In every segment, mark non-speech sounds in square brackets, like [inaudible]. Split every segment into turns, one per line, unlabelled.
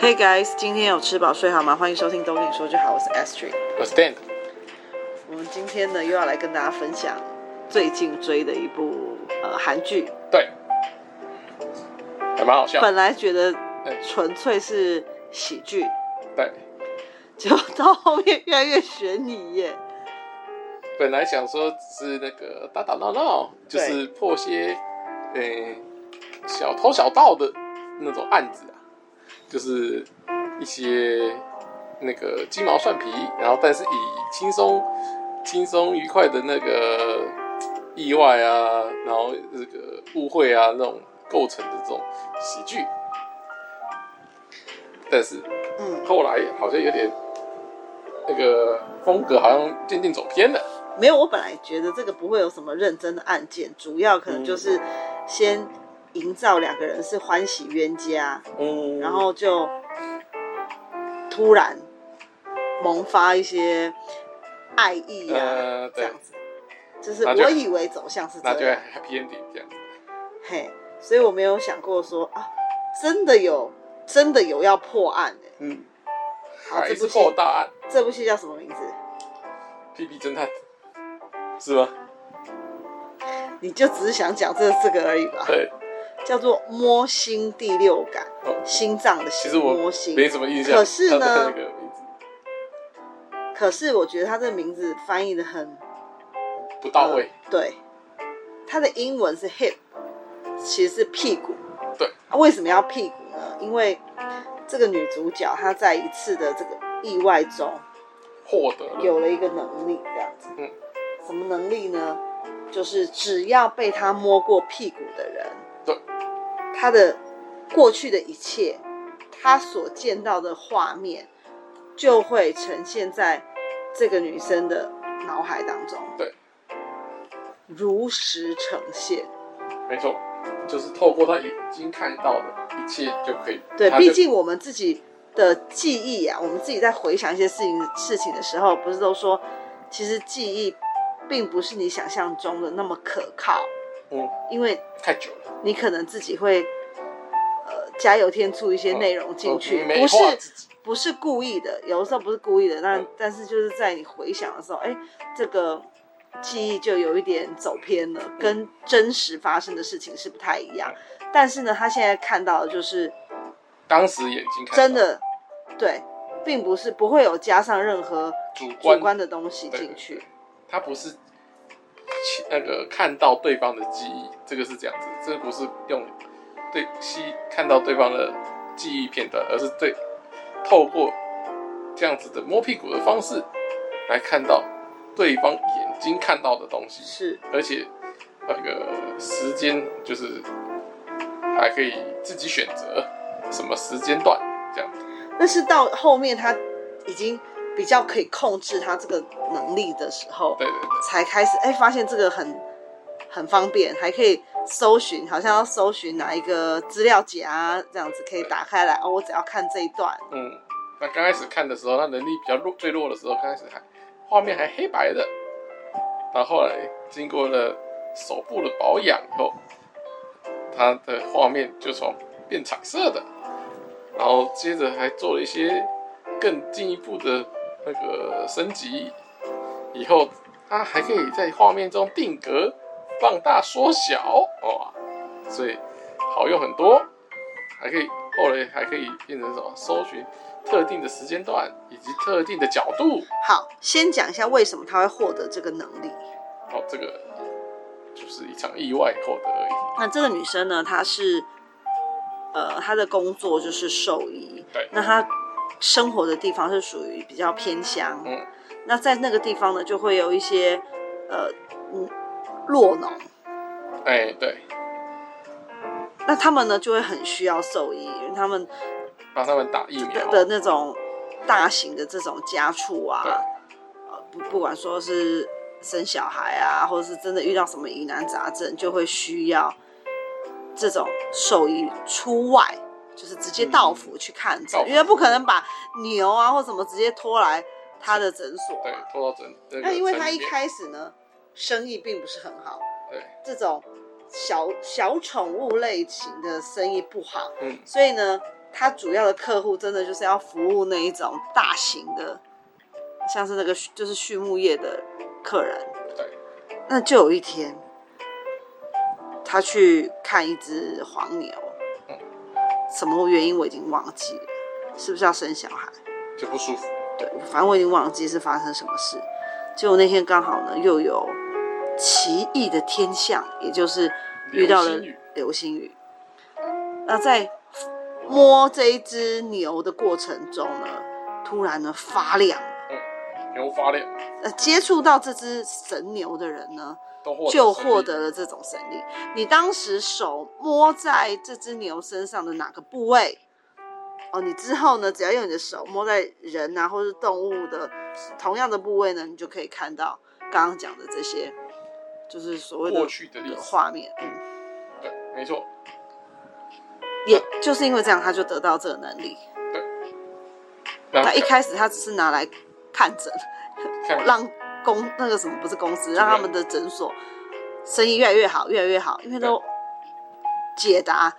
Hey guys，今天有吃饱睡好吗？欢迎收听《都跟你说就好》，我是 Astrid。
我 stand，
我们今天呢又要来跟大家分享最近追的一部呃韩剧，
对，还蛮好笑，
本来觉得
对
纯粹是喜剧，
对，
结果到后面越来越悬疑耶。
本来想说只是那个打打闹闹，就是破些呃、小偷小盗的那种案子啊，就是一些那个鸡毛蒜皮，然后但是以轻松轻松愉快的那个意外啊，然后这个误会啊那种构成的这种喜剧，但是
嗯，
后来好像有点那个风格，好像渐渐走偏了。
没有，我本来觉得这个不会有什么认真的案件，主要可能就是先营造两个人是欢喜冤家，
嗯
然后就突然萌发一些爱意啊，
呃，
这
对
样，子，就是
那就
我以为走向是
那就
这样，
happy ending 这样子。
嘿，所以我没有想过说啊，真的有，真的有要破案欸
嗯，
好
还
啊这部
是
戏
破大案，
这部戏叫什么名字？
屁屁侦探是吗？
你就只是想讲这这个而已吧？
对，
叫做摸心第六感，
哦
心脏的
其
心
实我
摸心。
没什么印象。
可是呢
他的那个名字
可是我觉得他这个名字翻译的很
不到位，
呃对，它的英文是 hip，其实是屁股。
对
啊，为什么要屁股呢？因为这个女主角她在一次的这个意外中
获得了
有了一个能力，这样子。
嗯。
什么能力呢？就是只要被她摸过屁股的人，
对，
她的过去的一切，她所见到的画面，就会呈现在这个女生的脑海当中。
对。
如实呈现，
没错，就是透过他已经看到的一切就可以。
对，
他就
毕竟我们自己的记忆啊，我们自己在回想一些事情事情的时候，不是都说，其实记忆并不是你想象中的那么可靠，
嗯
因为
太久了，
你可能自己会呃加油添醋一些内容进去，
嗯
不
美
是
化自己。
不是故意的，有的时候不是故意的，但
嗯
但是就是在你回想的时候，哎，这个记忆就有一点走偏
嗯
了，跟真实发生的事情是不太一样。但是呢，他现在看到的就是。
当时眼睛看到
真的，对，并不是不会有加上任何
主
主
观
观的东西
对
进去。
他不是其那个看到对方的记忆，这个是这样子，这不是用对西看到对方的记忆片段，而是对透过这样子的摸屁股的方式来看到对方眼睛看到的东西，
是，
而且那个时间就是还可以自己选择什么时间段这样子。
但是到后面他已经比较可以控制他这个能力的时候，
对对对，
才开始哎、发现这个很很方便，还可以搜寻，好像要搜寻哪一个资料夹啊，这样子可以打开来哦，我只要看这一段，
嗯，那刚开始看的时候，他能力比较弱，最弱的时候，刚开始还画面还黑白的，然后后来经过了手部的保养以后，他的画面就从变彩色的，然后接着还做了一些更进一步的那个升级，以后他还可以在画面中定格、放大、缩小，哇，所以好用很多。还可以后来还可以变成什么？搜寻特定的时间段以及特定的角度。
好，先讲一下为什么他会获得这个能力。
哦，这个就是一场意外获得而已。
那这个女生呢，她是呃，她的工作就是兽医。
对
那她生活的地方是属于比较偏乡。
嗯。
那在那个地方呢，就会有一些呃，嗯，落农。
哎，对，
那他们呢，就会很需要兽医，因为他们
帮他们打疫
的
苗。
[laughs] 的那种大型的这种家畜啊
对，
呃，不不管说是生小孩啊，或者是真的遇到什么疑难杂症，就会需要这种兽医出外，就是直接到府去看诊，
到府
因为不可能把牛啊或什么直接拖来他的诊所
对
嘛。，
拖到整那个
那因为他
城里
一
面
开始呢，生意并不是很好，
对，
这种小小宠物类型的生意不好，
嗯
所以呢，他主要的客户真的就是要服务那一种大型的，像是那个就是畜牧业的客人。
对，
那就有一天，他去看一只黄牛
嗯，
什么原因我已经忘记了，是不是要生小孩？
就不舒服。
对，反正我已经忘记是发生什么事。结果那天刚好呢，又有奇异的天象，也就是遇到了
流星雨
流星雨。那在摸这一只牛的过程中呢，突然呢发亮了。
牛发亮，
呃，接触到这只神牛的人呢，
都获得
就
胜
获
利
得了这种神力。你当时手摸在这只牛身上的哪个部位？哦，你之后呢，只要用你的手摸在人啊，或是动物的同样的部位呢，你就可以看到刚刚讲的这些，就是所谓
过
的
去的历史。
画面。嗯，
对，没错。
也就是因为这样，他就得到这个能力。
那
那一开始他只是拿来看诊，
看
让公那个什么不是公司，让他们的诊所生意越来越好，越来越好，因为都解答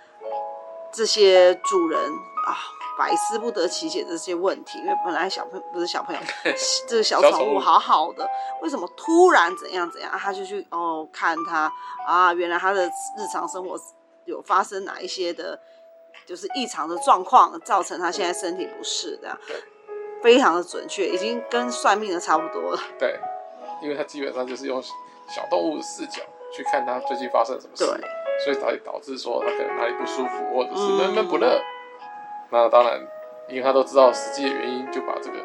这些主人啊百思不得其解的这些问题。因为本来小朋友不是小 [laughs] 朋友，这个小
小
宠
宠
物
物
好好的，为什么突然怎样怎样？啊他就去哦看他啊，原来他的日常生活有发生哪一些的。就是异常的状况，造成他现在身体不适，这样
对
非常的准确，已经跟算命的差不多了。
对，因为他基本上就是用小动物的视角去看他最近发生什么事
对，，
所以导导致说他可能哪里不舒服，或者是
嗯
闷闷不乐。那当然，因为他都知道实际的原因，就把这个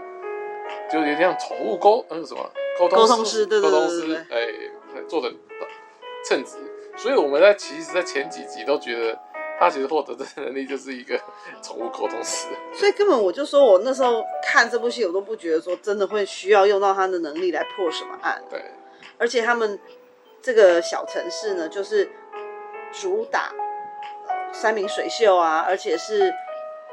就有点像宠物沟那个什么沟通
沟通师对对
沟
对
通师
对
哎做的称职。所以我们在其实，在前几集都觉得他其实获得的能力就是一个宠物沟通师。
[laughs] 所以根本我就说我那时候看这部戏，我都不觉得说真的会需要用到他的能力来破什么案。
对，
而且他们这个小城市呢，就是主打呃山明水秀啊，而且是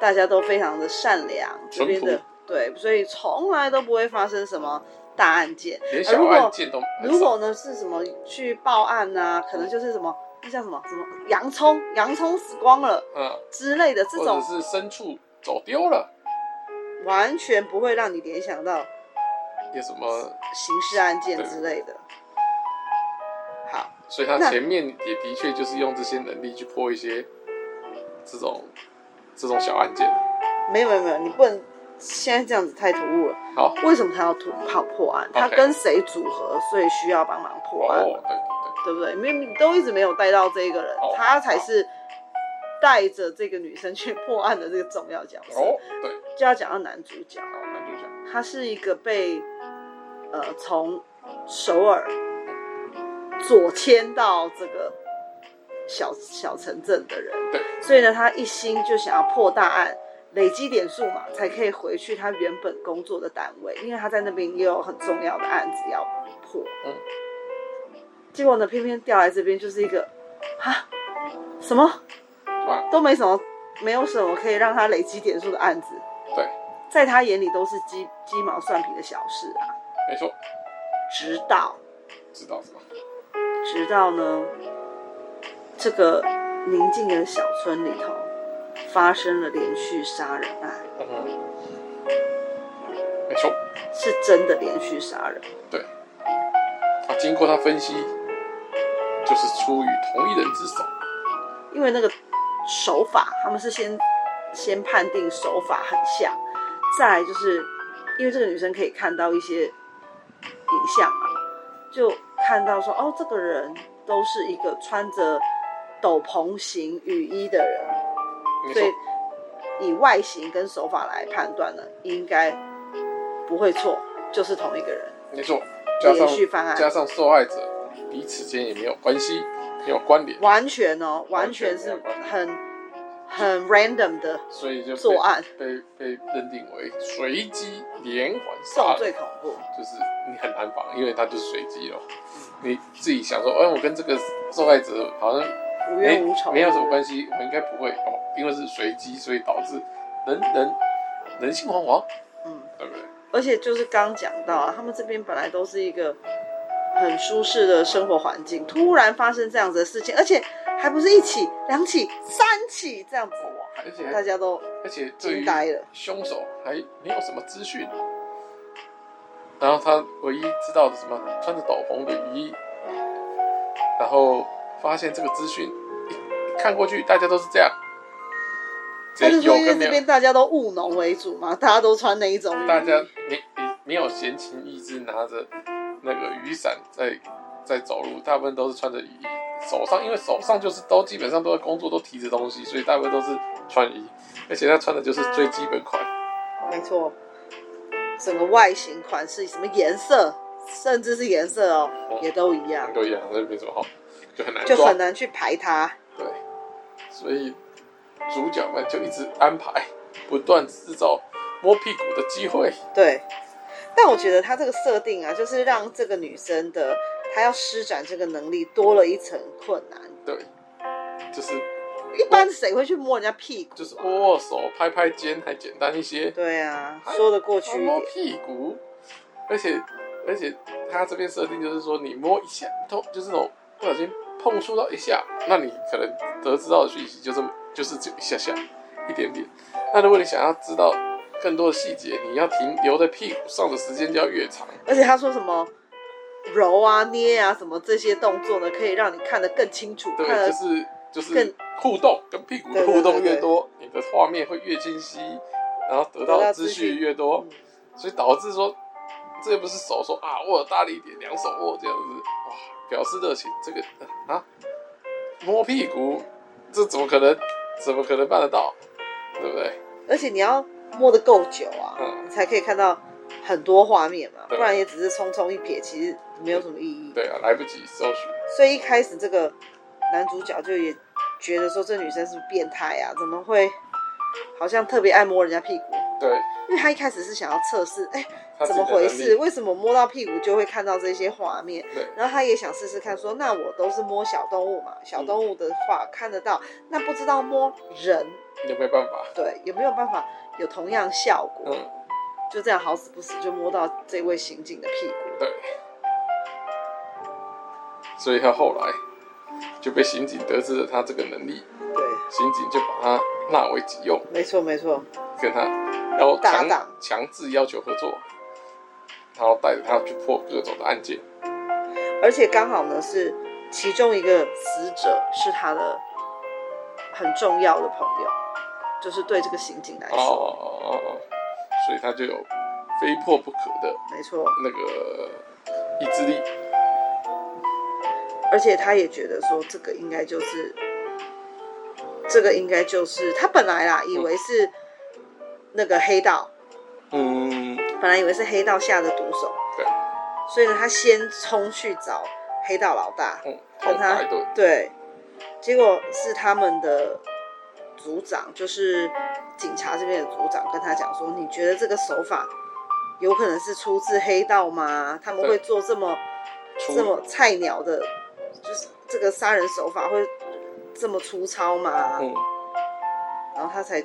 大家都非常的善良，这边的
淳
对，所以从来都不会发生什么大案件。
连
而
小
啊如果
案件都很
如
少。
果呢是什么去报案啊，可能就是什么那叫什么什么洋葱，洋葱死光了
嗯，
之类的这
或
种
者是牲畜走丢了，
完全不会让你联想到
有什么？
刑事案件之类的。好，
所以他
那
前面也的确就是用这些能力去破一些这种这种小案件。
没有没有没有，你不能现在这样子太突兀了。
好，
为什么他要突跑破案？他
OK
跟谁组合，所以需要帮忙破案，
哦，对对对，
对不对？因为你都一直没有带到这个人
哦，
他才是带着这个女生去破案的这个重要角色。
哦，对，
就要讲到男主角，
好，那就讲
他是一个被呃从首尔左迁到这个小小城镇的人，
对，
所以呢，他一心就想要破大案，累积点数嘛，才可以回去他原本工作的单位，因为他在那边也有很重要的案子要破。
嗯，
结果呢，偏偏调来这边就是一个啊什么
哇，
都没什么，没有什么可以让他累积点数的案子。
对，
在他眼里都是鸡鸡毛蒜皮的小事啊。
没错，
直到
知道知道。
直到呢，这个宁静的小村里头发生了连续杀人案，
嗯，没错，
是真的连续杀人。
对。他啊经过他分析，就是出于同一人之手。
因为那个手法，他们是先先判定手法很像，再来就是因为这个女生可以看到一些影像嘛，就看到说哦，这个人都是一个穿着斗篷型雨衣的人，
没
所
错
以，以外形跟手法来判断呢，应该不会错，就是同一个人。
没错，加上
连续犯案
加上受害者彼此间也没有关系，没有关联，
完全哦，完
完
全
全
是很很 random 的
所以就被
作案，
被被认定为随机连环
这种
杀人，
最恐怖。
就是你很难防，因为它就是随机咯。你自己想说，哎，我跟这个受害者好像
无
没
冤无仇，
没有什么关系，我应该不会哦，因为是随机，所以导致人人人心惶惶，
嗯，
对不对？
而且就是刚讲到啊，他们这边本来都是一个很舒适的生活环境，突然发生这样子的事情，而且还不是一起、两起、三起这样子，
而且
大家都
而且对
惊
于
呆了。
凶手还没有什么资讯。然后他唯一知道的什么，穿着斗篷的雨衣，然后发现这个资讯一一看过去，大家都是这样，
他
只
就
有
说因为
跟
这
没有
边，大家都务农为主嘛，大家都穿那一种
大家没没没有闲情逸致拿着那个雨伞在在走路，大部分都是穿着雨衣，手上因为手上就是都基本上都在工作，都提着东西，所以大部分都是穿雨衣，而且他穿的就是最基本款。
没错，整个外形、款式、什么颜色，甚至是颜色哦，
嗯
也都一样，
都一样，那没什么好，就很难
就
抓
很。难去排它。
对，所以主角们就一直安排，不断制造摸屁股的机会。
对，但我觉
嗯
得他这个设定啊，就是让这个女生的她要施展这个能力多了一层困难。
对，就是
一般谁会去摸人家屁股？
就是握握手、拍拍肩还简单一些，
对啊，说得过
他
去一
哎摸
点。
屁股，而且而且他这边设定就是说，你摸一下，偷就是那种不小心碰触到一下，那你可能得知到的讯息就这么就是只有一下下，一点点。那如果你想要知道更多的细节，你要停留在屁股上的时间就要越长。
而且他说什么揉啊、捏啊什么这些动作呢，可以让你看得更清楚，
对
看，得
就是就
更
是互动，跟屁股的
对对
互动
对对
越多，你的画面会越清晰，然后得到
得到
的
资
资
讯
讯越多
嗯，
所以导致说，这又不是手说啊握大力一点，两手握这样子，哇，表示热情，这个啊摸屁股，这怎么可能？怎么可能办得到？对不对？
而且你要摸得够久啊，
嗯
你才可以看到很多画面嘛，不
对
然也只是匆匆一瞥，其实没有什么意义。
对啊，来不及搜寻，
所以一开始这个男主角就也觉得说这女生是不是变态啊，怎么会好像特别爱摸人家屁股？
对，
因为他一开始是想要测试，哎、
他自
怎
己
么
的
回
能
事？
力？
为什么摸到屁股就会看到这些画面？
对
然后他也想试试看说，那我都是摸小动物嘛，小动物的
嗯
话看得到，那不知道摸人，
有没有办法？
对，有没有办法有同样效果？
嗯，
就这样好死不死就摸到这位刑警的屁股，
对，所以他后来就被刑警得知了他这个能力，
对，
刑警就把他纳为己用，
没错没错，
跟他要
搭
强
档
强制要求合作，然后带着他去破各种的案件。
而且刚好呢是其中一个死者是他的很重要的朋友，就是对这个刑警来
哦
说，
哦哦哦，所以他就有非破不可的
没错，
那个意志力。
而且他也觉得说这个应该就是，这个应该就是他本来啦以为是那个黑道，
嗯，
本来以为是黑道下的毒手，
对，
所以呢他先冲去找黑道老大，
嗯，痛打一顿。
对，结果是他们的组长，就是警察这边的组长跟他讲说，你觉得这个手法有可能是出自黑道吗？他们
对
会做这么
出
这么菜鸟的，就是这个杀人手法会这么粗糙吗？
嗯，
然后他才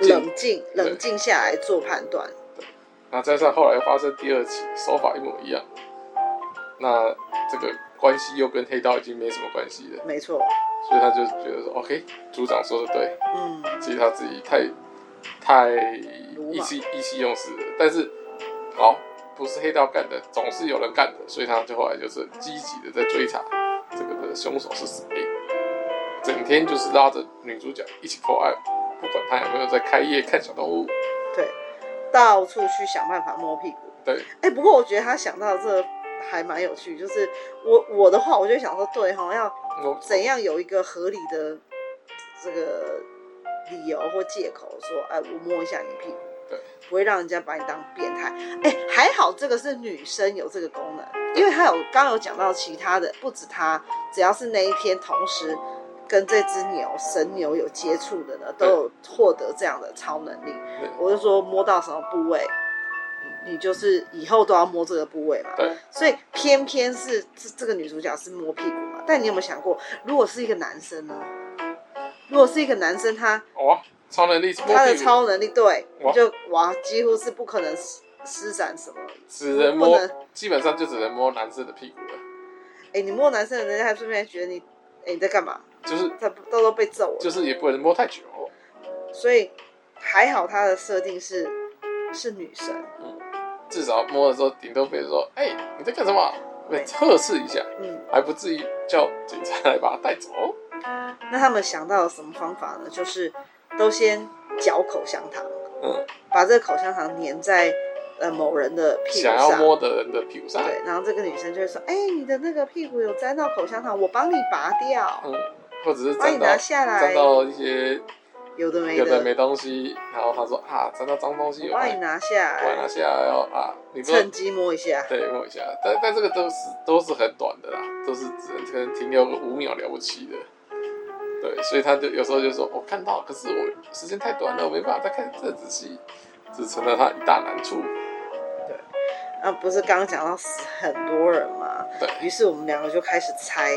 静
冷静
对
冷静下来做判断。
那加上后来发生第二起，手法一模一样，那这个关系又跟黑道已经没什么关系了，
没错，
所以他就觉得说，OK，组长说的对，
嗯，
其实他自己太太
鲁莽
意气意气用事了，但是好不是黑道干的，总是有人干的，所以他就后来就是积极的在追查这个的凶手是谁，整天就是拉着女主角一起破案，不管他有没有在开业看小动物，
对，到处去想办法摸屁股。
对，
哎、不过我觉得他想到的这个还蛮有趣，就是我我的话，我就会想说，对哈，要
我
怎样有一个合理的这个理由或借口说，哎，我摸一下你屁股，
对，
不会让人家把你当变态。哎、还好这个是女生有这个功能，因为她有刚刚有讲到其他的，不止她，只要是那一天同时跟这只牛神牛有接触的呢，都
对
有获得这样的超能力。
对
我就说摸到什么部位。你就是以后都要摸这个部位嘛，
对。
所以偏偏是这这个女主角是摸屁股嘛。但你有没有想过，如果是一个男生呢？如果是一个男生他，
哇，超能力是
他
摸
的
屁股，
超能力对，
哇
就哇，几乎是不可能施施展什么。
只能
不
摸
能，
基本上就只能摸男生的屁股了，
哎、你摸男生，人家还顺便觉得你，哎、你在干嘛？
就是
他到时候被揍了。
哦就是也不能摸太久，
所以还好它的设定是是女神，
至少摸的时候顶多被说，哎、你在干什么？被测试一下，
嗯，
还不至于叫警察来把他带走。
那他们想到了什么方法呢？就是都先嚼口香糖，
嗯，
把这个口香糖粘在呃某人的 [laughs] 屁股
想要
上，
摸的人的屁股上，
对，然后这个女生就会说：“哎、你的那个屁股有沾到口香糖，我帮你拔掉，
嗯，或者是
帮你
沾到
拿下
沾
来。”
到一些
有的没
有的
的，
没东西，然后他说啊，沾到脏东西，
我
我
帮你
来
拿下
我来拿
来，
下来哦啊，你说
趁机摸一下。
对摸一下，但但这个都是都是很短的啦，都是只能可能停留个五秒了不起的。对，所以他就有时候就说，我、看到，可是我时间太短了，我没办法再看这仔细，只成了他一大难处。
啊，不是刚刚讲到死很多人吗？
对，
于是我们两个就开始猜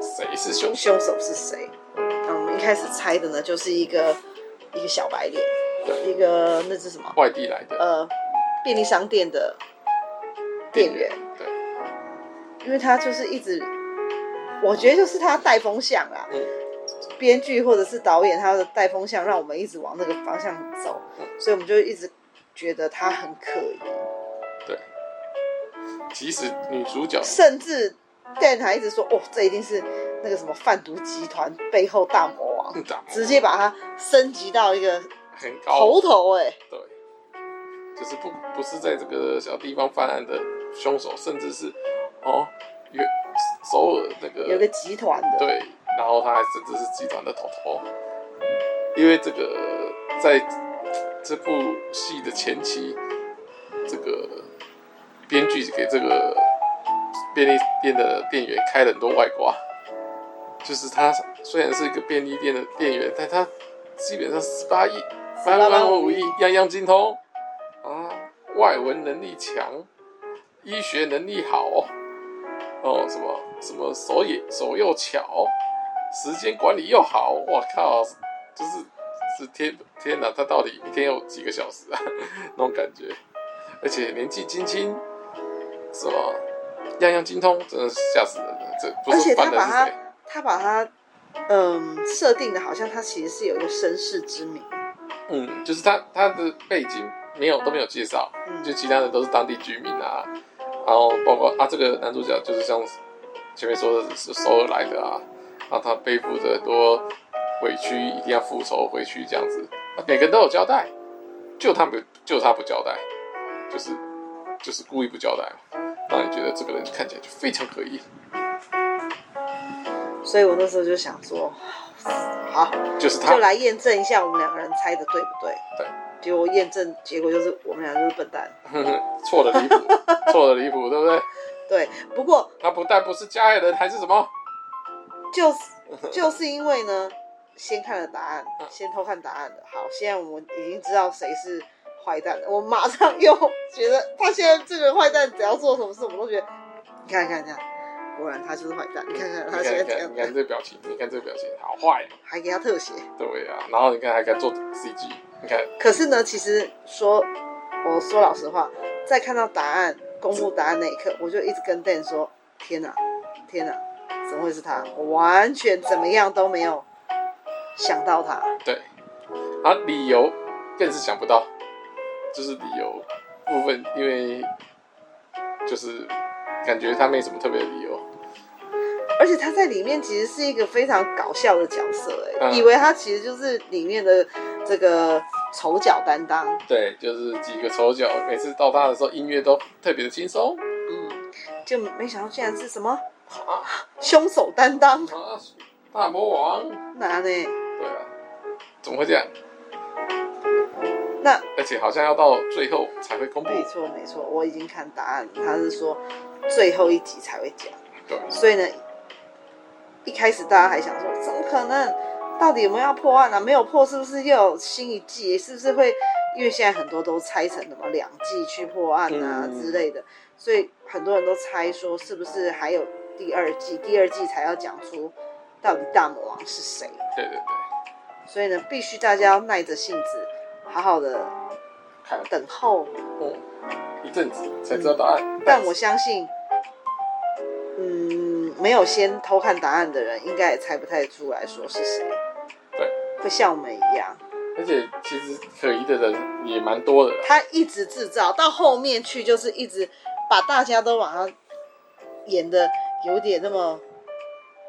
谁是凶手？
凶手是谁。那我们一开始猜的呢，就是一个一个小白脸，
对，
一个那是什么？
外地来的
呃，便利商店的店员，，
对，
因为他就是一直，我觉得就是他带风向啦。
嗯
编剧或者是导演他的带风向，让我们一直往那个方向走，
嗯
所以我们就一直觉得他很可疑，
其实女主角
甚至电台一直说：“哦，这一定是那个什么贩毒集团背后大魔王。”
长
直接把它升级到一个
很高，啊
头头哎、
对，就是不不是在这个小地方犯案的凶手，甚至是哦，原首尔那个
有一个集团的，
对，然后他还甚至是集团的头头，因为这个在这部戏的前期，这个编剧给这个便利店的店员开了很多外挂，就是他虽然是一个便利店的店员，但他基本上十八亿
18
八
万
万
五
五
亿
亿样样精通啊，外文能力强，医学能力好。哦，什么什么手也手又巧，时间管理又好，我靠，就是是天天哪，他到底一天有几个小时啊？ [laughs] 那种感觉，而且年纪轻轻，什么样样精通，真的是吓死人了。这不
而且
是
他
犯
把
人是
他
谁？
他把他嗯设定的好像他其实是有一个身世之谜，
嗯，就是他他的背景没有都没有介绍，
嗯
就其他人都是当地居民啊，然后包括啊这个男主角就是像前面说的是首尔来的啊，然后他背负着很多委屈，一定要复仇回去这样子，啊每个人都有交代，就他不就他不交代，就是就是故意不交代，让你觉得这个人看起来就非常可疑，
所以我那时候就想说， [sighs] 好，
就是他
就来验证一下我们两个人猜的对不对。
啊对。
结果验证结果就是我们俩就是笨蛋。
错的
[laughs]
离谱，错的离谱，对不对？
对，不过
他不但不是加害人，还是什么？ [laughs]
就是就是因为呢，先看了答案，
嗯
先偷看答案的。好，现在我们已经知道谁是坏蛋了，我马上又觉得他现在这个坏蛋只要做什么事，我都觉得，你看你看你看，果然他就是坏蛋。你看看
你
他
看，
现在
你
怎样
看，你，看这表情，你看这表情，好坏哦，
还给他特写。
对啊。然后你看还敢做 CG，你看
可是呢，其实说，我说老实话，在看到答案公布答案那一刻，我就一直跟 Dan 说：“天哪、天哪、怎么会是他？我完全怎么样都没有想到他。
对，然后理由更是想不到，就是理由部分，因为就是感觉他没什么特别的理由，
而且他在里面其实是一个非常搞笑的角色、欸，
嗯
以为他其实就是里面的这个丑角担当。
对，就是几个丑角，每次到他的时候音乐都特别的轻松
嗯，就没想到竟然是什么
啊
凶手担当
啊，大魔王，
男呢、
对啊，怎么会这样？
那
而且好像要到最后才会公布，
没错没错，我已经看答案了，他是说最后一集才会讲。
对，
所以呢，一开始大家还想说，怎么可能？到底有没有要破案啊？没有破，是不是又有新一季？是不是会？因为现在很多都拆成什么两季去破案啊
嗯
之类的，所以很多人都猜说，是不是还有第二季？第二季才要讲出到底大魔王是谁？
对对对，
所以呢，必须大家要耐着性子，好好的
看
等候。
嗯，一阵子才知道答案，
但我相信，嗯，没有先偷看答案的人，应该也猜不太出来说是谁。
对，
会像我们一样，
而且其实可疑的人也蛮多的啦，
他一直制造，到后面去就是一直把大家都把他演的有点那么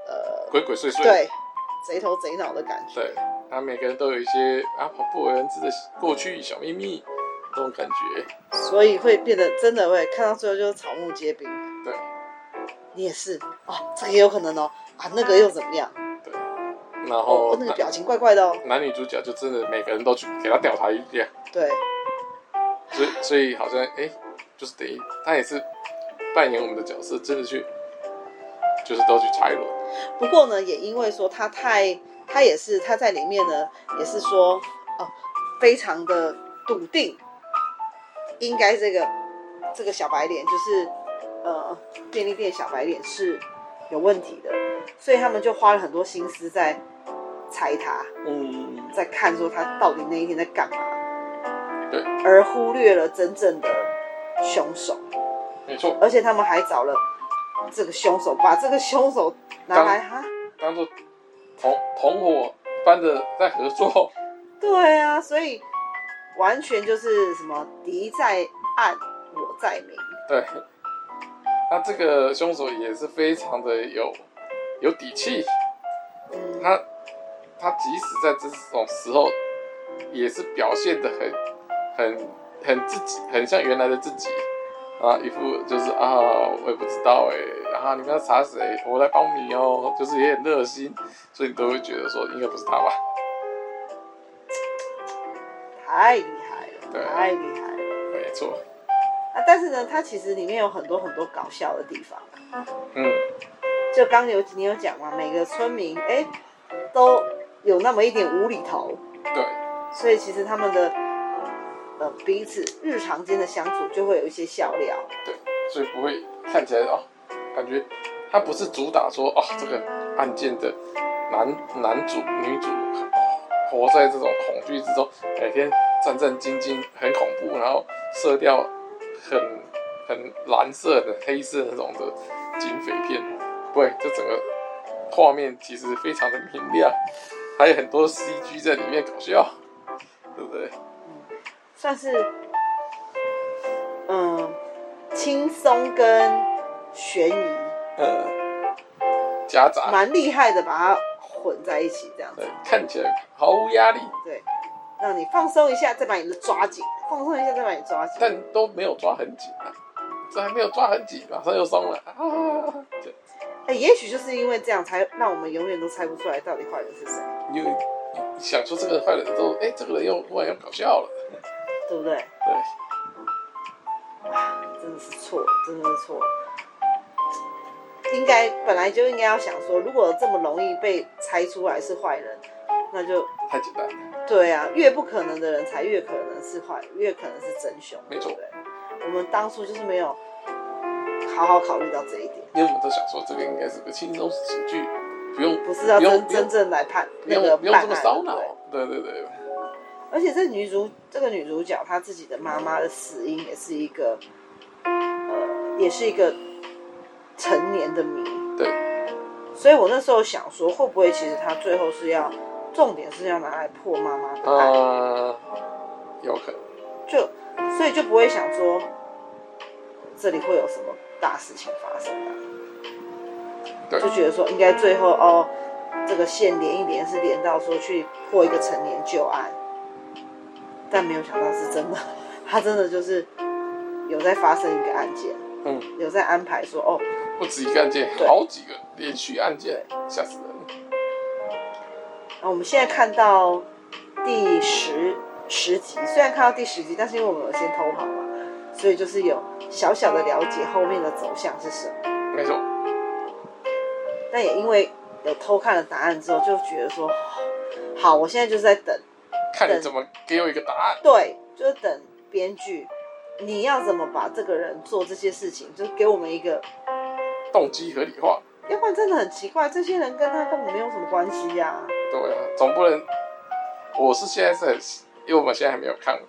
呃，
鬼鬼祟祟。
对，贼头贼脑的感觉。
对，他每个人都有一些啊跑不为人知的过去小秘密，这种感觉。
所以会变得真的会看到最后就是草木皆兵。
对，
你也是哦，这个也有可能哦，啊，那个又怎么样？
然
哦
后，
那个
男
表情怪怪的哦。
男女主角就真的每个人都去给他调查一遍，
对，
所以所以好像哎、就是等于他也是扮演我们的角色，真的去就是都去查一轮。
不过呢，也因为说他太，他也是他在里面呢，也是说哦，非常的笃定，应该这个这个小白脸就是呃便利店小白脸是有问题的，所以他们就花了很多心思在猜他。
嗯，
在看说他到底那一天在干嘛，
对，
而忽略了真正的凶手，
没错，
而且他们还找了这个凶手，把这个凶手拿来哈，
当做同同伙般的在合作。
对啊，所以完全就是什么敌在暗，我在明，
[laughs] 对，那这个凶手也是非常的有有底气。
嗯，
他他即使在这种时候，也是表现的很很很自己，很像原来的自己啊，一副就是啊，我也不知道哎、啊，你们要查谁，我来帮你哦，就是也很热心，所以你都会觉得说应该不是他吧？
太厉害
对
了，太厉害了
没错，
啊！但是呢，它其实里面有很多很多搞笑的地方，
嗯，
就刚有你有讲嘛，每个村民哎、都有那么一点无厘头。
对，
所以其实他们的呃彼此日常间的相处就会有一些笑料。
所以不会看起来哦，感觉他不是主打说哦这个案件的男男主女主活在这种恐惧之中，每哎天战战兢兢，很恐怖，然后色调很很蓝色的黑色那种的警匪片，不会，这整个画面其实非常的明亮，还有很多 CG 在里面搞笑，对不对？
算是嗯轻松跟悬疑
呃，夹杂，
蛮厉害的，把它混在一起这样子
对，，看起来毫无压力。
对，让你放松一下，再把你的抓紧，放松一下再把你抓紧。
但都没有抓很紧啊，这还没有抓很紧，马上又松了啊！这
哎、也许就是因为这样，才让我们永远都猜不出来到底坏人是谁，
你有想说这个坏人之后，哎、这个人又忽然又搞笑了，
对不对？
对，
真的是错，真的是错。应该本来就应该要想说，如果这么容易被猜出来是坏人，那就
太简单了，
对啊，越不可能的人才越可能是坏，越可能是真凶，
没错
对不对。我们当初就是没有好好考虑到这一点，
因为我们都想说这个应该是个轻松喜剧，不用
不是要
不用
真
不用
真正来判
不
那个
用不用
办案
这么
的，
烧脑
对。
对对对，
而且这女主这个女主角她自己的妈妈的死因也是一个，呃，也是一个成年的谜。
对。
所以我那时候想说，会不会其实她最后是要重点是要拿来破妈妈的案，哎
呃，有可能，
就所以就不会想说这里会有什么大事情发生啊。
对
就觉得说应该最后哦，这个线连一连是连到说去破一个成年旧案，但没有想到是真的，他真的就是有在发生一个案件，
嗯，
有在安排说哦，
不止一个案件，
对
好几个连续案件，吓死人，
啊，我们现在看到第十十集，虽然看到第十集，但是因为我们有先偷跑嘛，所以就是有小小的了解后面的走向是什么。
没错，
但也因为有偷看了答案之后，就觉得说，好，我现在就是在等
看你怎么给我一个答案，
对，就是等编剧，你要怎么把这个人做这些事情，就是给我们一个，
动机合理化，
要不然真的很奇怪，这些人跟他根本没有什么关系呀、
对啊，总不能，我是现在是很，因为我们现在还没有看过，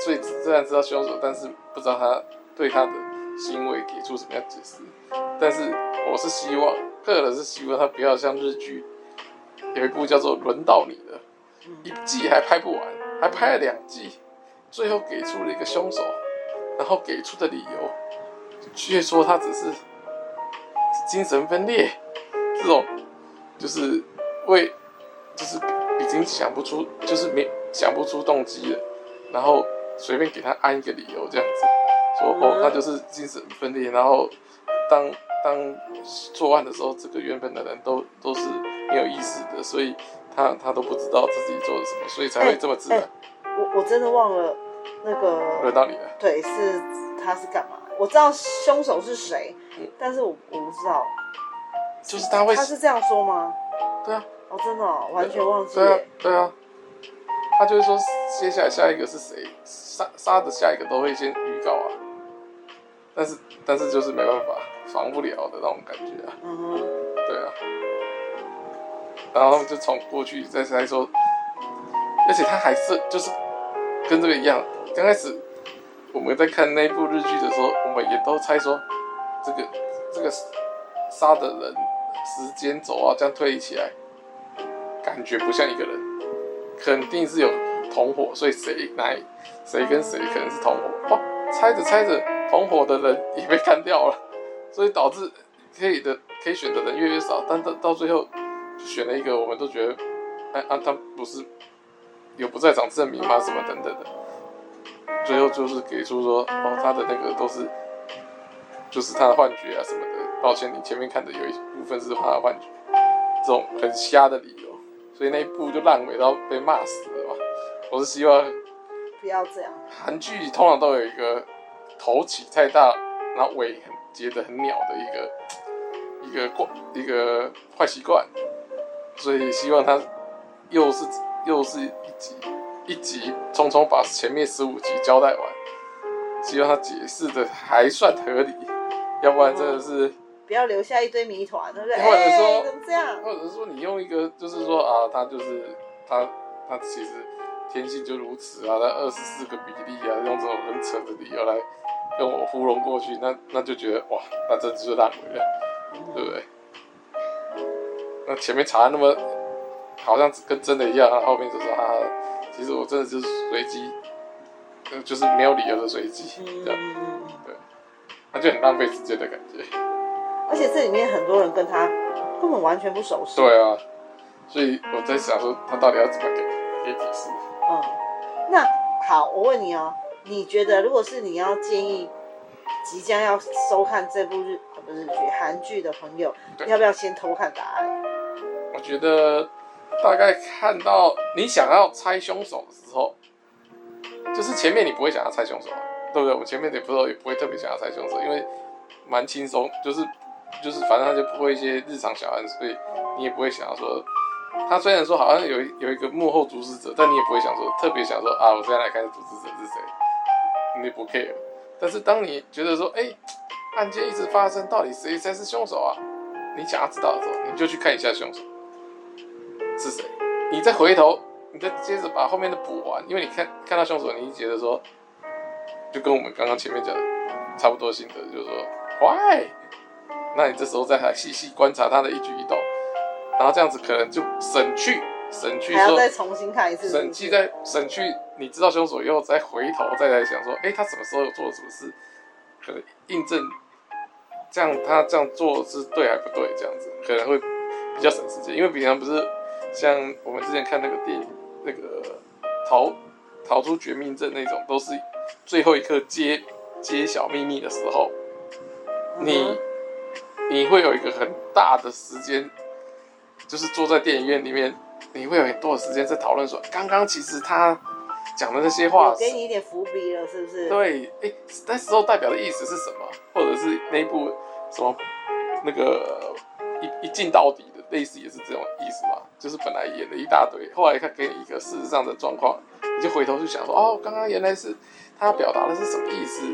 所以虽然知道凶手，但是不知道他对他的行为给出什么样的解释。但是我是希望，个人是希望他不要像日剧有一部叫做《轮到你了》，一季还拍不完，还拍了两季，最后给出了一个凶手，然后给出的理由却说他只是精神分裂，这种就是为就是已经想不出，就是没想不出动机了，然后随便给他安一个理由这样子，说哦他就是精神分裂，然后当当作案的时候，这个原本的人都都是没有意识的，所以他他都不知道自己做了什么，所以才会这么自然。
哎我我真的忘了那
轮
个，
到你了，
对，是他是干嘛？我知道凶手是谁
嗯，
但是我我不知道
就是他会
他是这样说吗？
对啊，
哦，真的哦，完全忘记
对啊
了。，
对啊，他就会说接下来下一个是谁，杀杀的下一个都会先预告啊。但是但是就是没办法，防不了的那种感觉啊，
嗯哼，
对啊。然后他们就从过去再来说，而且他还是就是跟这个一样，刚开始我们在看那部日剧的时候，我们也都猜说这个这个杀的人时间轴啊，这样推理起来，感觉不像一个人，肯定是有同伙，所以谁哪一谁跟谁可能是同伙哦，猜着猜着同伙的人也被干掉了，所以导致可以的可以选的人越来越少，但到到最后就选了一个我们都觉得，哎啊他不是有不在场证明吗？什么等等的，最后就是给出说哦他的那个都是。就是他的幻觉啊什么的。抱歉，你前面看的有一部分是他的幻觉，这种很瞎的理由，所以那一部就烂尾到被骂死了嘛。我是希望
不要这样。
韩剧通常都有一个头起太大，然后尾很结得很鸟的一个一个惯一个坏习惯，所以希望他又是又是一集一集匆匆把前面十五集交代完，希望他解释的还算合理，要不然真的是。
不要留下一堆谜团，对不对？
或者说
哎怎么这样？
或者是说你用一个，就是说啊，他就是他他其实天性就如此啊，那二十四个比例啊，用这种很扯的理由来跟我糊弄过去，那那就觉得哇，那真的就是烂尾了，对不对？那前面查得那么好像跟真的一样，然后后面就说啊，其实我真的就是随机，呃就是没有理由的随机，这样
嗯，
那就很浪费时间的感觉。
而且这里面很多人跟他根本完全不熟悉。，
对啊，所以我在想说他到底要怎么给给解释。
嗯，那好，我问你哦，你觉得如果是你要建议即将要收看这部日呃不是日剧韩剧的朋友，
对
要不要先偷看答案？
我觉得大概看到你想要猜凶手的时候，就是前面你不会想要猜凶手、啊，对不对？我前面也不知道，也不会特别想要猜凶手，因为蛮轻松，就是就是反正他就不会一些日常小案，所以你也不会想要说。他虽然说好像有一有一个幕后主使者，但你也不会想说特别想说啊，我现在来看主使者是谁，你也不 care。但是当你觉得说，哎、案件一直发生，到底谁才是凶手啊？你想要知道的时候，你就去看一下凶手。是谁，你再回头，你再接着把后面的补完，因为你看看到凶手，你就觉得说，就跟我们刚刚前面讲的差不多心得，就是说 why？那你这时候再来细细观察他的一举一动，然后这样子可能就省去省去
还要
说
再重新看一次是不是嗯
审去再审去，你知道凶手以后再回头再来想说，哎、他什么时候有做了什么事，可能印证这样他这样做是对还不对，这样子可能会比较省时间，因为平常不是像我们之前看那个电影那个逃逃出绝命镇那种，都是最后一刻揭揭晓秘密的时候，你
嗯
你会有一个很大的时间，就是坐在电影院里面，你会有很多的时间在讨论说，刚刚其实他讲的那些话
我，给你一点伏笔了，是不是？，
对，哎、那时候代表的意思是什么，或者是那一部什么那个一一镜到底的，类似也是这种意思嘛，就是本来演了一大堆，后来他给你一个事实上的状况，你就回头去想说，哦，刚刚原来是他表达的是什么意思，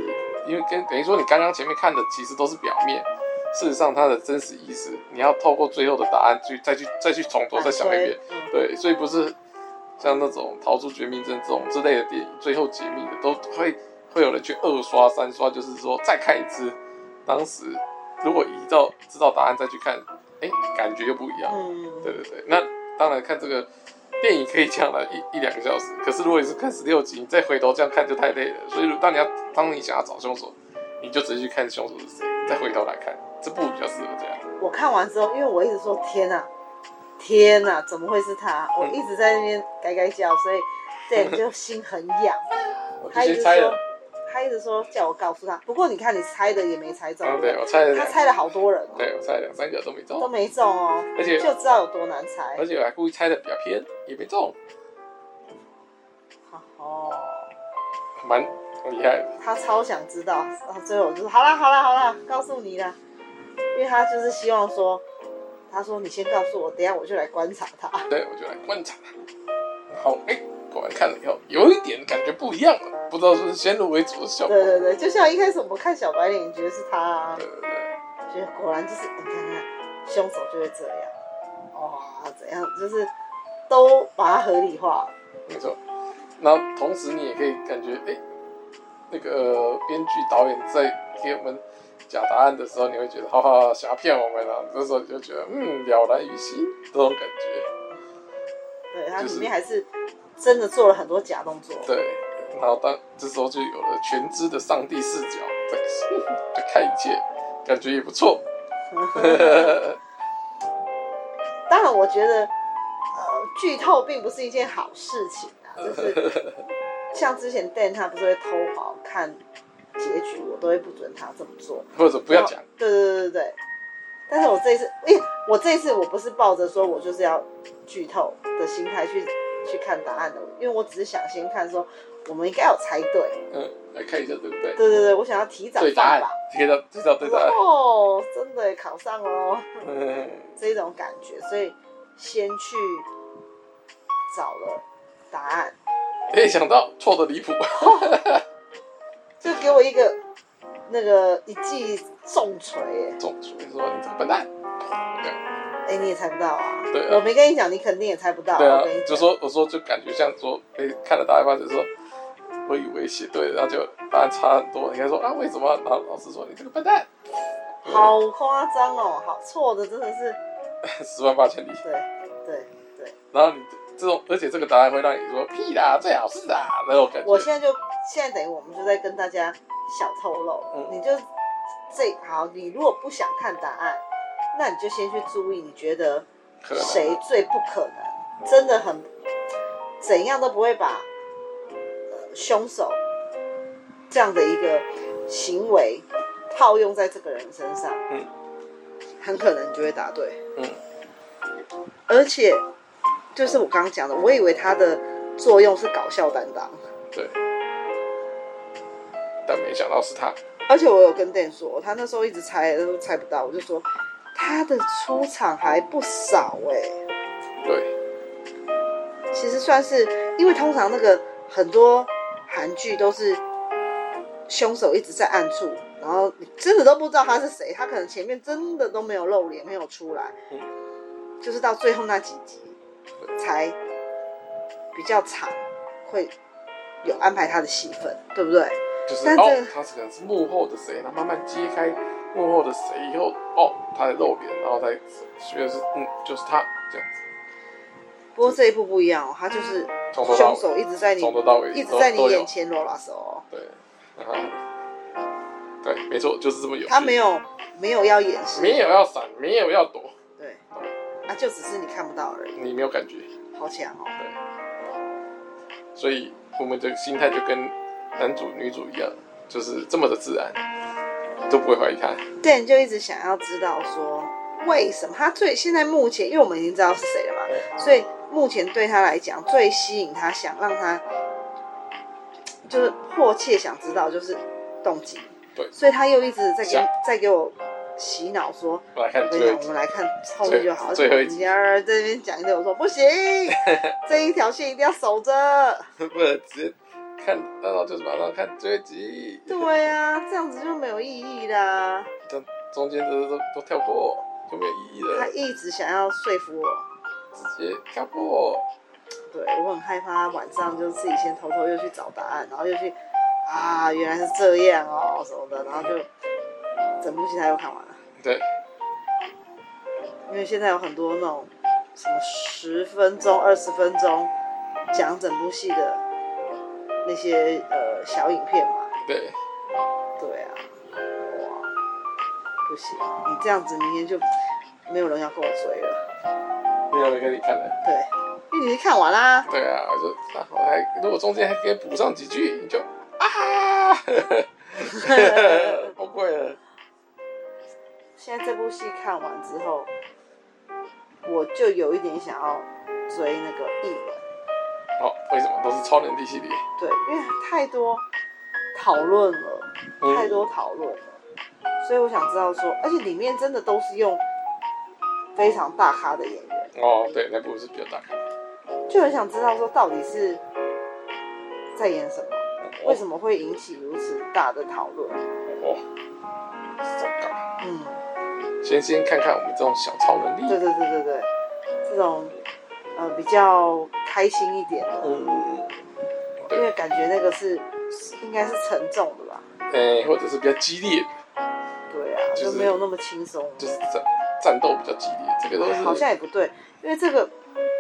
因为跟等于说你刚刚前面看的其实都是表面。事实上，它的真实意思，你要透过最后的答案去再去再去从头再想一遍，
嗯
对，所以不是像那种《逃出绝命镇》这种之类的电影，最后解密的都会会有人去二刷、三刷，就是说再看一次。当时如果依照知道答案再去看，哎，感觉又不一样。
嗯，
对对对，那当然看这个电影可以讲了一一两个小时，可是如果你是看十六集，你再回头这样看就太累了。所以，如当你要当你想要找凶手，你就直接去看凶手是谁，再回头来看，这部比较适合这样。
我看完之后，因为我一直说天呐，天呐，怎么会是他？
嗯
我一直在那边改改脚，所以对
[laughs]
就心很痒。
我就
他一
先
直
猜
说
了，，
他一直说叫我告诉他。不过你看，你猜的也没猜中，
啊，对我猜了
他
两，
猜了好多人哦、
对我猜了两三个都没
都
中，
没中哦，
而且
就知道有多难猜
而。且我还故意猜的比较偏，也没中，
哦，
蛮蛮厉害的。
他超想知道，然后最后我就说好啦好啦好啦，告诉你啦，因为他就是希望说，他说你先告诉我，等一下我就来观察他。 [laughs]
对，我就来观察。然后，哎、果然看了以后，有一点感觉不一样了，不知道是不是先入为主的效果。
对对对，就像一开始我们看小白脸，也觉得是他、啊，
对对对，
觉得果然就是哎你看看，凶手就会这样，哇，怎样就是都把它合理化。
没错。然后同时你也可以感觉，哎、那个编剧导演在给我们讲答案的时候，你会觉得，哈哈，想要骗我们啊。这时候你就觉得，嗯，了然于心这种感觉。
对，它
就是
里面还是真的做了很多假动作。
对。然后当这时候就有了全知的上帝视角，在在看一切，感觉也不错。
当然，我觉得呃，剧透并不是一件好事情啊，就是
[laughs]
像之前 Dan 他不是会偷跑看结局，我都会不准他这么做。
或者不要讲。
对对对对对。但是我这一次，因为我这一次我不是抱着说我就是要剧透的心态去去看答案的，因为我只是想先看说我们应该有猜对。
嗯，来看一下对不对？
对对对，我想要提早
对答
放
案
吧。，
贴到贴到对答案。
哦，真的考上了哦。
嗯，
这种感觉，所以先去找了答案，
没想到错的离谱， [laughs]
就给我一个那个一记重锤耶！
总主任说你这个笨蛋。
哎、你也猜不到啊！
对啊
我没跟你讲，你肯定也猜不到、
对啊
我跟你，讲
就说我说就感觉像说，哎，看了答案发现说，我以为写对了，然后就答案差很多。你还说啊为什么？然后老师说你这个笨蛋，
好夸张哦，好错的真的是，
[laughs] 十万八千里。
对对对，
然后你这种，而且这个答案会让你说屁啦，最好是啦那种感
我
觉。
现在就现在等于我们就在跟大家小透露，
嗯
你就这好，你如果不想看答案，那你就先去注意，你觉得
可能
谁最不可能？真的很怎样都不会把、呃、凶手这样的一个行为套用在这个人身上，
嗯，
很可能你就会答对。
嗯，
而且就是我刚刚讲的，我以为他的作用是搞笑担当，
对，但没想到是他。
而且我有跟 Dan 说，他那时候一直猜都猜不到，我就说他的出场还不少哎、
对，
其实算是，因为通常那个很多韩剧都是凶手一直在暗处，然后你真的都不知道他是谁，他可能前面真的都没有露脸，没有出来，
嗯
就是到最后那几集才比较长，会有安排他的戏份，对不对？
就是
但这
哦，他可能是幕后的谁，然后慢慢揭开幕后的谁以后，哦，他的露脸，然后才觉得是嗯，就是他这样子，
不过这一部不一样哦，他就是
从头到
凶
尾，
手一直在你
从头到尾
一直
都
在你
都有
眼前揉拉手哦，
对，然后对，没错，就是这么有趣。
他没有没有要掩饰，
没有要闪，没有要躲，
对，啊，就只是你看不到而已。
你没有感觉，
好强哦！
所以我们的心态就跟男主女主一样，就是这么的自然，都不会怀疑他。
Dan 就一直想要知道说，为什么他最现在目前，因为我们已经知道是谁了嘛，
对
所以目前对他来讲最吸引他，想让他就是迫切想知道就是动机。
对
所以他又一直在给
想
在给我洗脑说，
我来
我
看
跟
最
你讲，
后一
我
集
们来看后面就好。
最最后一集
你在这边讲一堆，我说不
[laughs]
行，这一条线一定要守着。
不能 [laughs] 直接看，那我就是马上看最后一集，
对啊，这样子就没有意义啦。
但中间的都都跳过，就没有意义了。
他一直想要说服我。
直接跳过。
对我很害怕，晚上就自己先偷偷又去找答案，然后又去啊，原来是这样哦什么的，然后就整部戏他又看完了。
对，
因为现在有很多那种什么十分钟、二十分钟讲整部戏的那些呃小影片嘛。
对，
对啊，哇，不行，你这样子明天就没有人要跟我追了。
没有人给你看的。
对，因为你已经看完啦。
对啊，我就那我还如果中间还可以补上几句，你就
[laughs]
啊，崩溃了。
现在这部戏看完之后，我就有一点想要追那个艺人，
哦，为什么都是超能力系列？
对，因为太多讨论了，
嗯
太多讨论了，所以我想知道说，而且里面真的都是用非常大咖的演员，
哦，对，那部是比较大咖。
就很想知道说到底是在演什么，为什么会引起如此大的讨论？
哦，糟糕！
嗯，
先先看看我们这种小超能
对
力。
对对对对，这种呃比较开心一点的，
嗯，
因为感觉那个是应该是沉重的吧？
哎、或者是比较激烈的，
对啊，
就是
就没有那么轻松。
就是战战斗比较激烈，这个都是
好像也不对，因为这个，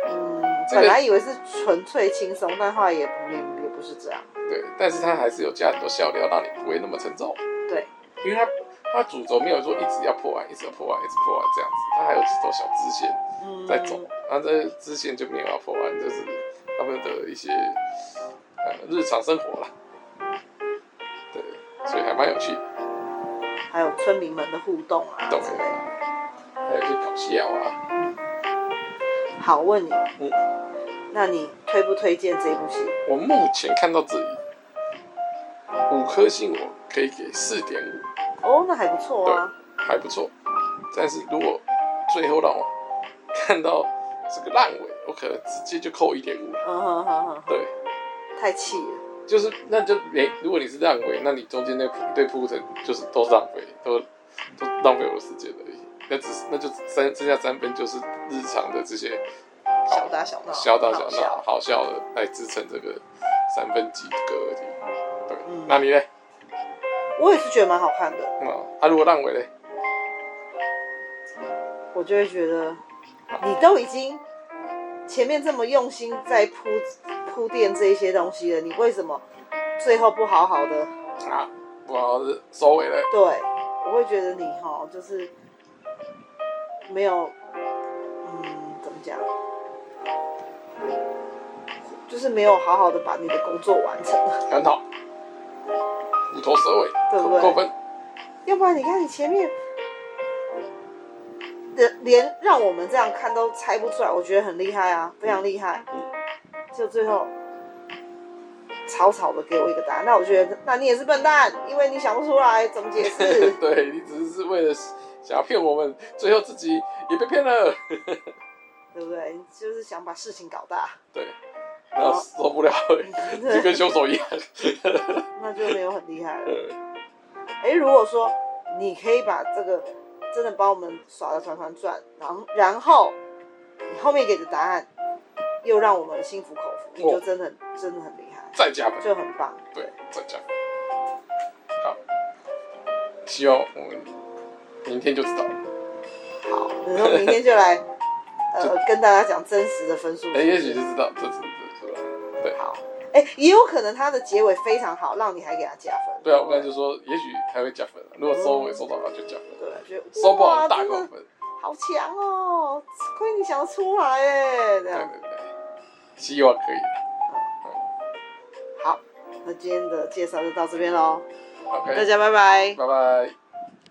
嗯，
这个
本来以为是纯粹轻松，但后来也也也不是这样。
对，但是它还是有加很多笑料，让你不会那么沉重。
对，
因为它它主轴没有说一直要破案，一直要破案，一直破案这样子，它还有几条小支线
嗯，
在走，然后这支线就没有要破案，就是他们的一些呃日常生活啦。对，所以还蛮有趣的，
还有村民们的互动啊之
懂
类的。
没？还有一些搞笑啊，
好，问你，
嗯
那你推不推荐这部戏？
我目前看到这里五颗星，我可以给四点五。
哦，那还不错啊。
还不错。但是如果最后让我看到这个烂尾，我可能直接就扣一点五。
嗯哼哼哼，
对，
太气了。
就是那就没，如果你是烂尾，那你中间那一堆铺陈就是都是浪费，都都浪费我的时间而已。那只是那就三剩下三分就是日常的这些搞
小打小闹，
小打
好
小闹、
笑。
好笑的来支撑这个三分及格而已。对，
嗯
那你呢？
我也是觉得蛮好看的，
嗯，啊，如果烂尾呢？
我就会觉得，你都已经前面这么用心在铺铺垫这一些东西了，你为什么最后不好好的？
啊，我是收尾了。
对，我会觉得你哈，就是没有，嗯，怎么讲，就是没有好好的把你的工作完成。
很好，虎头蛇尾，
对不对
扣分， [laughs]
要不然你看你前面的连让我们这样看都猜不出来，我觉得很厉害啊，非常厉害
嗯。
就最后草草的给我一个答案，那我觉得那你也是笨蛋，因为你想不出来怎么解释。
[laughs] 对你只是为了想要骗我们，最后自己也被骗了，
对不对？你就是想把事情搞大，
对，然后受不了了，就跟凶手一样，
那就没有很厉害了。
呃
哎，如果说你可以把这个真的把我们耍的团团转，然后然后你后面给的答案又让我们心服口服，你
哦
就真的很真的很厉害，
再加分，
就很棒。
对，再加分，好，希望我们明天就知道了， [laughs]
好，然后明天就来呃跟大家讲真实的分数。
哎，也许就知道，这次这次，对，
好，哎，也有可能它的结尾非常好，让你还给他加分。
对啊，我刚才就说，也许还会加分，如果收尾收到了就加分，
对，觉得
收不好
哇
大
真的
扣分。
好强哦，亏你想得出来哎，这
对
样。
对对，希望可以的。
好，那今天的介绍就到这边喽，
OK，
大家拜拜。
拜拜。